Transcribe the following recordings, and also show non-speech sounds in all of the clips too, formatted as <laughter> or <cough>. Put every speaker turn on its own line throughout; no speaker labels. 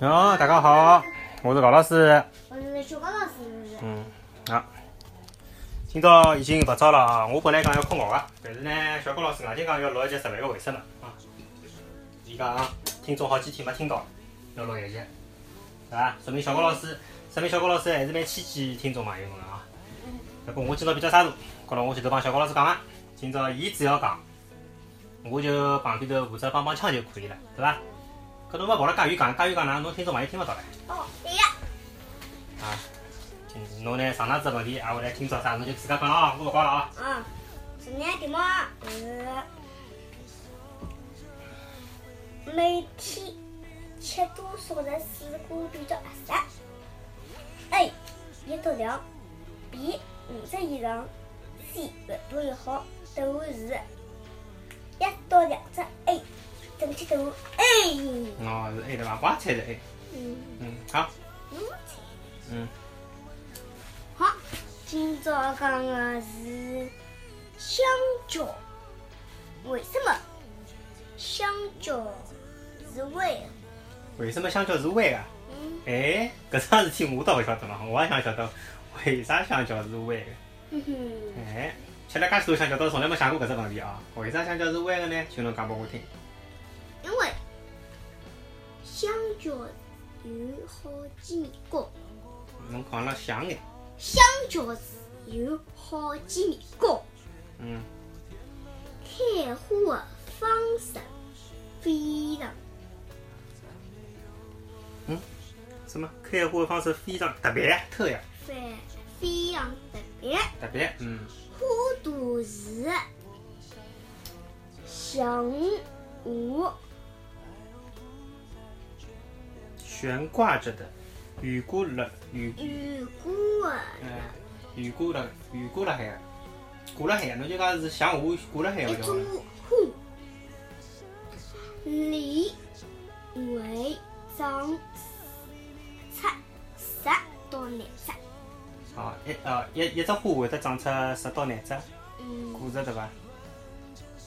哦，大家好，我是高老师。
我是小高老师，是不是？
嗯，啊，今朝已经八早了啊。我本来讲要困觉个，但是呢，小高老师硬劲讲要录一集《十万个为什么》啊。伊讲啊听众好几天没听到，要录一集，是伐？说明小高老师，说明小高老师还是蛮谦记听众朋友们的啊。不过我今朝比较沙茶，高了我前头帮小高老师讲了，啊今朝伊只要讲，我就旁边头负责帮帮腔就可以了，对伐？搿侬勿跑了介远讲，介远讲哪能侬听众朋友听勿到唻？
哦，对呀，
啊，嗯侬呢上哪只问题，挨下来今朝啥侬就自家讲了啊，我勿讲了啊。
嗯，昨天题目是每天吃多少个水果比较合适？A. 一足量，B. 五只以上，C. 越多越好。答案是一到两哎只 A，正确答案 A。
哦，是 A 对伐？我也猜是 A。
哎嗯，
嗯，好，
我猜。
嗯，
好，今朝讲的是香蕉，为什么香蕉是胃？
为什么香蕉是弯个？
嗯，
哎，搿桩事体我倒勿晓得嘛，我也想晓得为啥香蕉是弯个。
哼哼，
哎，吃了介许多香蕉，倒是从来没想过搿只问题啊。为啥香蕉是弯个呢？请侬讲拨我听。
因为香蕉有好几米高，
侬讲了像眼，
香蕉是有好几米高，
嗯，
开花的方式非常
什么开花的方式非常特别特呀，
非非常特别。
特别，嗯，
花朵是像我
悬挂着的，雨过了雨
雨过
嗯，悬挂了，悬挂了海啊，挂了海啊，侬就讲是像我挂了海啊，
一
我就
株
讲
花，里会长出十到廿只，
啊，一啊一一只花会得长出十到廿只
嗯，
果实对伐？
十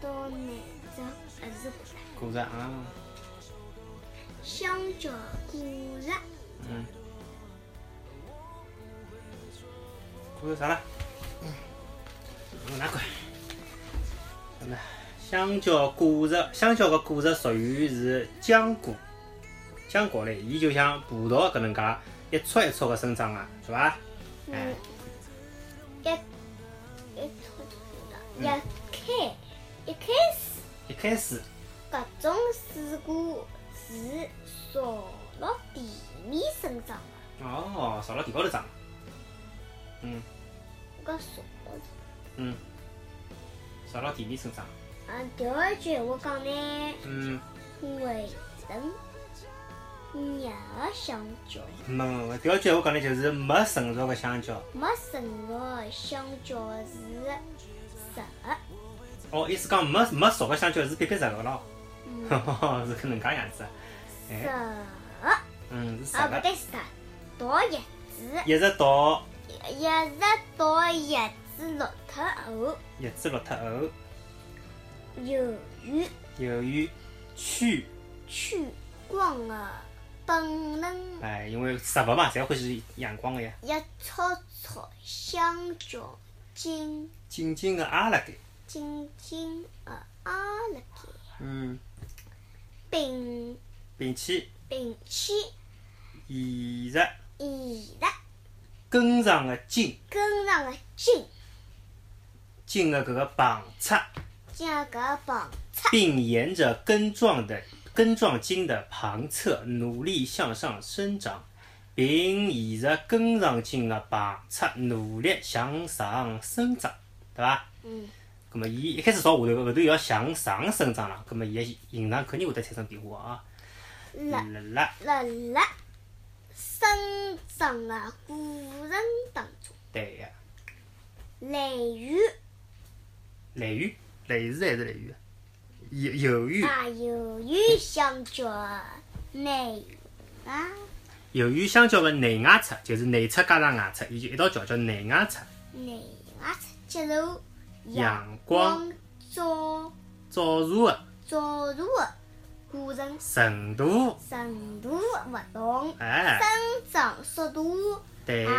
到廿只还是不是？
果实啊，
香蕉果实
嗯，果实啥啦？嗯，拿过来。什么？香蕉果实，香蕉个果实属于是浆果，浆果类，伊就像葡萄搿能介一撮一撮个生长啊，是伐？哎
嗯，一一撮撮的，一开一开始。
一开始，
搿种水果是朝落地面生长
哦，朝了地高头长。嗯
的，搿啥子？
嗯，朝了地面生长。
啊，第二句我讲呢，
嗯，
为什热的香蕉
没，第二句闲话讲的就是没成熟的香蕉。
没成熟的香蕉是熟的？
哦，意思讲没没熟的香蕉是撇撇熟的咯。
嗯，
哈哈哈， <laughs> 是搿能介样子啊。哎，
熟的
嗯，是熟
啊，勿
的。
对，熟倒叶子，
一直到
一直到叶子落脱后，
叶子落脱后，
由于
由于去，
去光的本能。
哎，因为食物嘛，侪欢喜阳光个呀，
一撮撮香蕉紧
紧紧个压辣盖。
紧紧地压辣盖，
嗯，
并
并且
并且
沿着
沿着
根上的茎
根上的茎，
茎的搿个旁侧。
将搿棒插
并沿着根状的根状茎的旁侧努力向上生长，并沿着根状茎的旁侧努力向上生长，对伐？
嗯，
那么伊一开始朝下头，后头要向上生长了，那么伊的形状肯定会得产生变化啊。
辣
辣辣，
辣辣生长的过程当中，
对呀，
来源
来源来自还是啊来源？由由于
啊，由于香蕉内啊，
由于香蕉的内外侧，就是内侧加上外侧，伊就一道叫叫内外侧
内外侧接受
阳光啊
光照
照射的
照射的古城
程度，
程度勿同，
哎，
增长速度
对
也，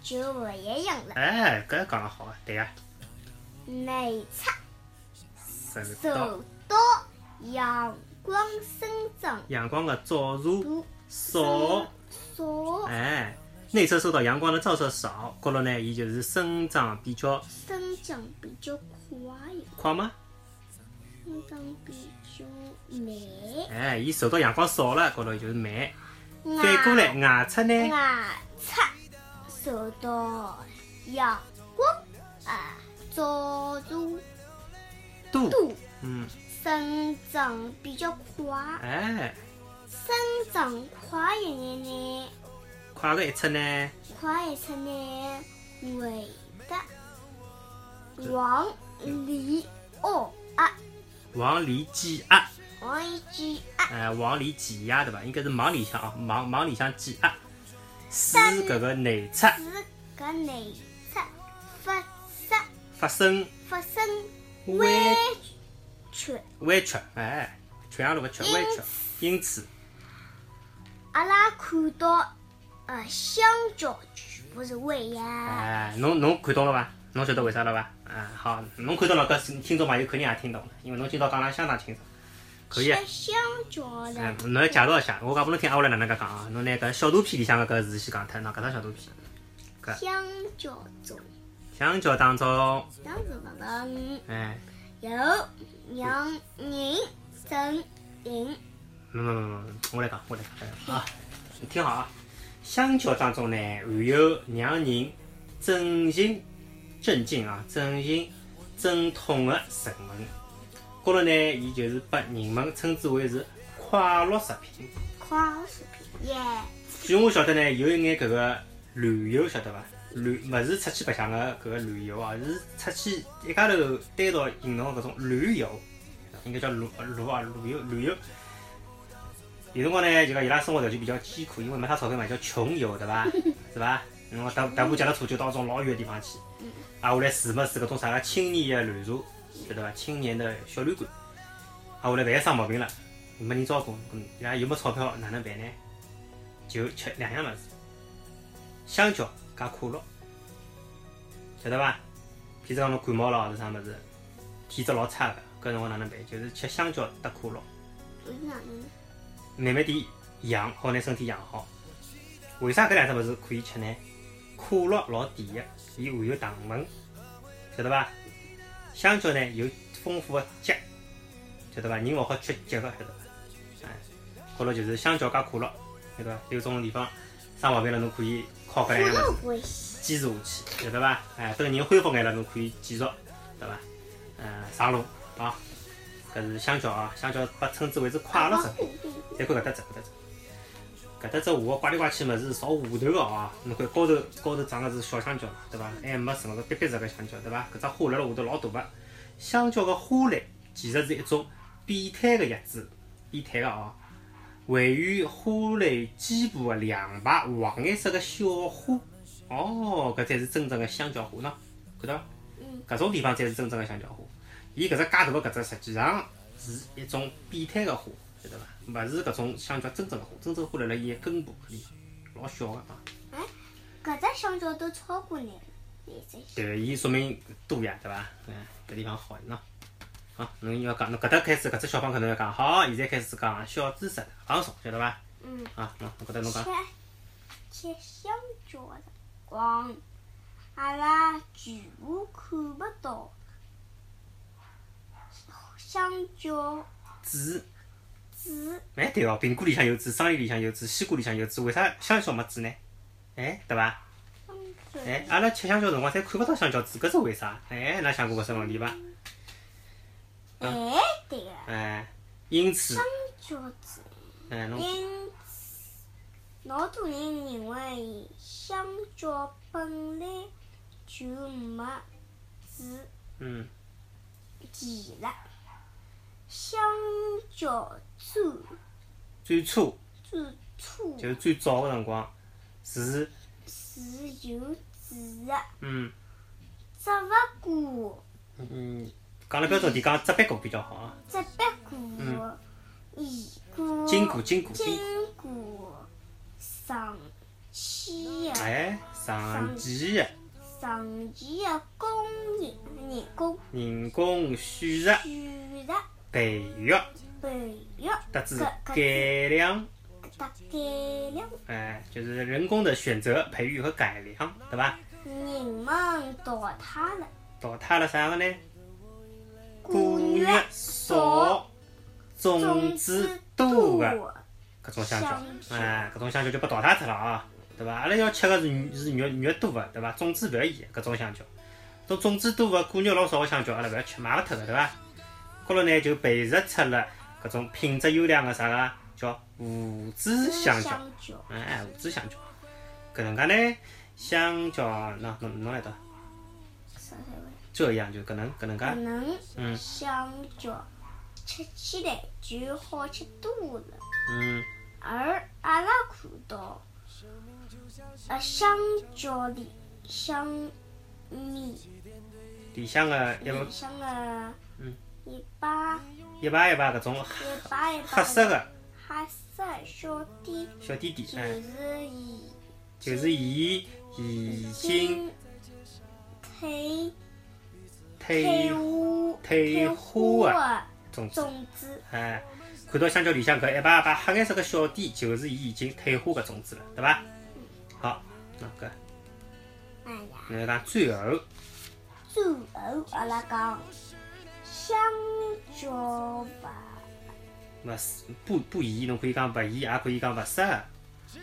就勿一样了。
哎，搿讲得好啊，对啊，
内侧
受到
受到阳光生长
阳光的照射
度
少，
所
哎，内侧受到阳光的照射少，高头呢，伊就是生长比较
生长比较快，
快嘛，
生长比较慢。
哎，伊受到阳光少了，高头就是慢。反
外
过来，外侧呢，
外侧受到阳光啊照射
多，
度
嗯，
生长比较快，
哎，
生长快一眼呢，
快个一侧呢，
快一出呢会得往里哦啊，
往里挤压，
往里挤啊，
哎，往里挤压对伐？应该是往里向啊，往往里向挤压，使
但
搿个内侧
使搿内侧发生
发生
发生
弯
曲。
弯曲，哎，曲样路个曲弯曲，因此，
阿拉看到呃香蕉全部是弯呀，
哎，侬侬看懂了伐？侬晓得为啥了伐？啊，好，侬看懂了，搿听众朋友肯定也听懂了，因为侬今朝讲了相当清楚，可以
吃
啊。
香蕉
哎
了，，
侬要介绍一下，我讲拨侬听，阿拉哪能介讲啊？侬拿搿小肚皮里向搿事先讲脱，喏，搿张小肚皮，
香蕉中
香蕉当中，
当中当中
哎，
有让人成瘾，
没没没没，我来讲，我来讲，啊，你听好啊，香蕉当中呢含有让人镇静、镇静啊、镇静、镇痛的成分，高头呢，伊就是被人们称之为是快乐食品。
快乐食品耶，
据我晓得呢，有一眼搿个旅游晓得伐？旅勿是出去白相个搿个旅游啊，是出去一家头单独行动的搿种旅游，应该叫旅旅啊旅游旅游。有辰光呢，就讲伊拉生活条件比较艰苦，因为没啥钞票嘛，叫穷游对伐？是伐？侬搭搭部脚踏车就到搿种老远的地方去，啊，下来住么是搿种啥个青年的旅社，晓得伐？青年的小旅馆，啊，下来万一生毛病了，没人照顾，搿伊拉又没钞票，哪能办呢？就吃两样物事，香蕉加可乐，晓得伐？譬如讲侬感冒了或者啥物事，体质老差个，搿辰光哪能办？就是吃香蕉搭可乐，
我是哪能呢？
慢慢地养好拿身体养好。为啥搿两只物事可以吃呢？可乐老甜个，伊含有糖分，晓得伐？香蕉呢有丰富的钾，晓得伐？人勿好缺钾个，晓得伐？哎，可乐就是香蕉加可乐，晓得伐？有种地方生毛病了，侬可以靠搿
可
两样物事
乐关系，
坚持下去，晓得伐？哎，等人恢复眼了，侬可以继续，对伐？嗯，上路啊，搿是香蕉啊，香蕉被称之为是快乐食品。再看搿搭只，搿搭只，搿搭只下个呱里呱气物事朝下头个啊，侬看高头高头长个是小香蕉嘛，对伐？还没成个瘪瘪只个香蕉，对伐？搿只花辣辣下头老大个，香蕉个花蕾其实是一种变态个叶子，变态个哦。位于花蕾基部的两排黄颜色的小花，哦，搿才是真正的香蕉花呢，看到伐？
嗯，
搿种地方才是真正的香蕉花。伊搿只介大个搿只，实际上是一种变态个花，晓得伐？勿是搿种香蕉真正个花，真正花辣辣伊个根部搿里，老小个啊。
搿只香蕉都超过你了，你这
对，伊说明多呀，对伐？嗯，搿地方好喏。好，侬要讲，侬搿搭开始搿只小朋友可能要讲，好，现在开始讲小知识，放松，晓得伐？
嗯。
啊，喏，侬搿搭侬讲，
吃吃香蕉的辰光，阿拉全部看不到香蕉
籽。
籽，
哎，对哦，苹果里向有籽，桑叶里向有籽，西瓜里向有籽，为啥香蕉没籽呢？哎，对伐？
香
哎，
蕉
阿拉吃香蕉辰光侪看勿到香蕉籽，搿是为啥？哎，㑚想过搿只问题伐？
哎，对个，
哎，因此
香，蕉籽，
哎，侬
因此，老多人认为香蕉本来就没籽
嗯，
甜了，香蕉最
最初
最初
就是最早个辰光是，
是有籽的。
嗯
只不过
嗯，讲了标准点讲，只别个比较好啊。
只不过已故
筋骨筋骨
筋
筋。
骨丧气的
哎，上期的
丧气的工人人工
人工选择
选择
培育，
培育
得知
搿搿
改良，
大改良
哎，就是人工的选择、培育和改良，对吧？
人们淘汰了
淘汰了啥个呢？
古
谷
月
月少，种子多的
的
搿种香蕉
香，蕉
哎，搿种香蕉就被淘汰脱了啊，对伐？阿拉要吃个是肉是肉肉多的，对伐？种子勿要伊搿种香蕉，种种子多的果肉老少个香蕉，阿拉勿要吃，买勿脱个，对伐？高头呢就培育出了搿种品质优良的啥个叫无籽香蕉，
香蕉
哎，无籽香蕉。搿能介呢，香蕉喏侬侬来读，
啥啥味？
这样就搿能搿能
可
介，
能
嗯
香蕉吃起来就好吃多了，
嗯，
而阿拉看到，呃，香蕉里香米
里向个一
里向的
嗯
一把
一排一排搿种黑
一把一
黑
把
色
的
个
黑色小点，
小点点，
就
哎。
是已
就是伊已经
经退
退
退伍
退
化
化
的
种子，
种子，
哎，看到香蕉里向搿一排一排黑颜色个小点，就是伊已经退化个种子了，对伐？好，那搿
哎呀。
那讲最后，
最后阿拉讲香蕉吧，
那是不不宜，侬可以讲勿宜，也可以讲勿适合。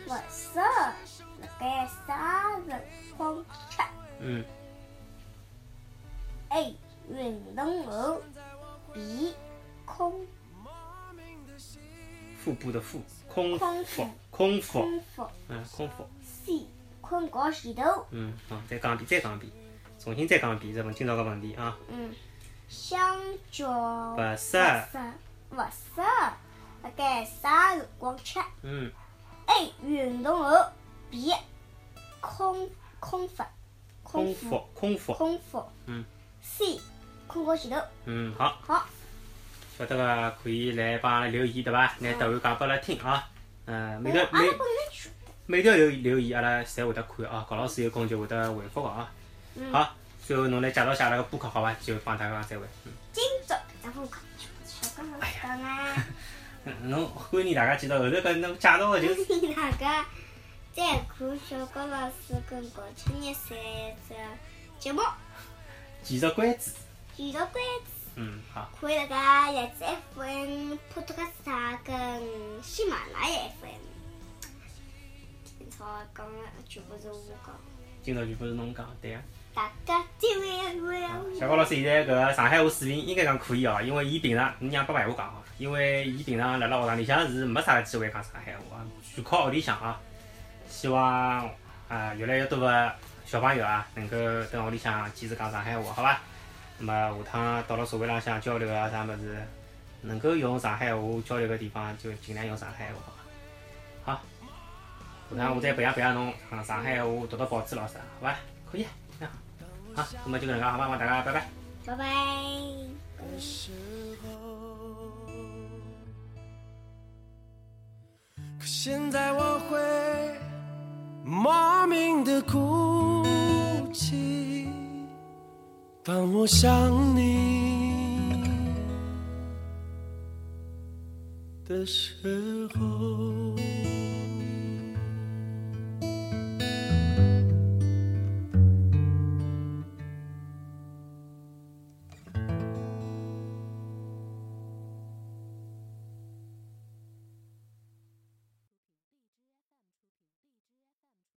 勿适合辣盖啥辰光吃？
嗯，
A 运动后，B 空
腹部的腹，空
空
腹
腹，
空腹，
空腹
嗯，空腹，
，C 困觉前头，
嗯，好，再讲一遍，再讲一遍，重新再讲一遍这问今朝个问题啊，
嗯，香蕉
勿适合，
勿适勿适合辣盖啥辰光吃
嗯，
？A 运动后，B 空空腹，
空
腹。
腹，空腹，
空腹，
嗯
，C 空过前头，
嗯，好。
好，
晓得个可以来帮阿拉留言对伐？
嗯
拿答案讲拨阿拉听啊。嗯，每条
阿拉
每
哦不能去，
每条留留言阿拉侪会得看啊，高老师有空就会得回复个啊。
嗯
好，最后侬来介绍下阿拉个播客好伐？就帮大家再会。
今朝咱们看去，小刚老师讲啊，
嗯，侬欢迎大家记到后头搿侬介绍个就是
欢迎大家再看小刚老师跟高青叶三只节目，
继续关注。
继续关注，
嗯，好，
可以大家荔枝 FM、普通话啥跟喜马拉雅 FM。今朝讲的全部是我讲，
今朝就不是侬讲对啊个。
大家再会
啊
会。
小高老师现在搿个上海话水平应该讲可以哦，因为伊平常侬让爸爸闲话讲哦，因为伊平常辣辣学堂里向是没啥机会讲上海话啊，全靠屋里向啊。希望啊、越来越多的小朋友啊能够等屋里向坚持讲上海话，好伐？那么下趟到了社会浪向交流啊啥物事，能够用上海话交流个地方就尽量用上海话。好，下趟我再培养培养侬讲上海话，读读报纸老啥，好伐？可以，啊那好，好，那么就搿能介，好伐？帮大家拜拜。
拜拜。
的时候。可现在我会莫名的哭泣，当我想你的时候。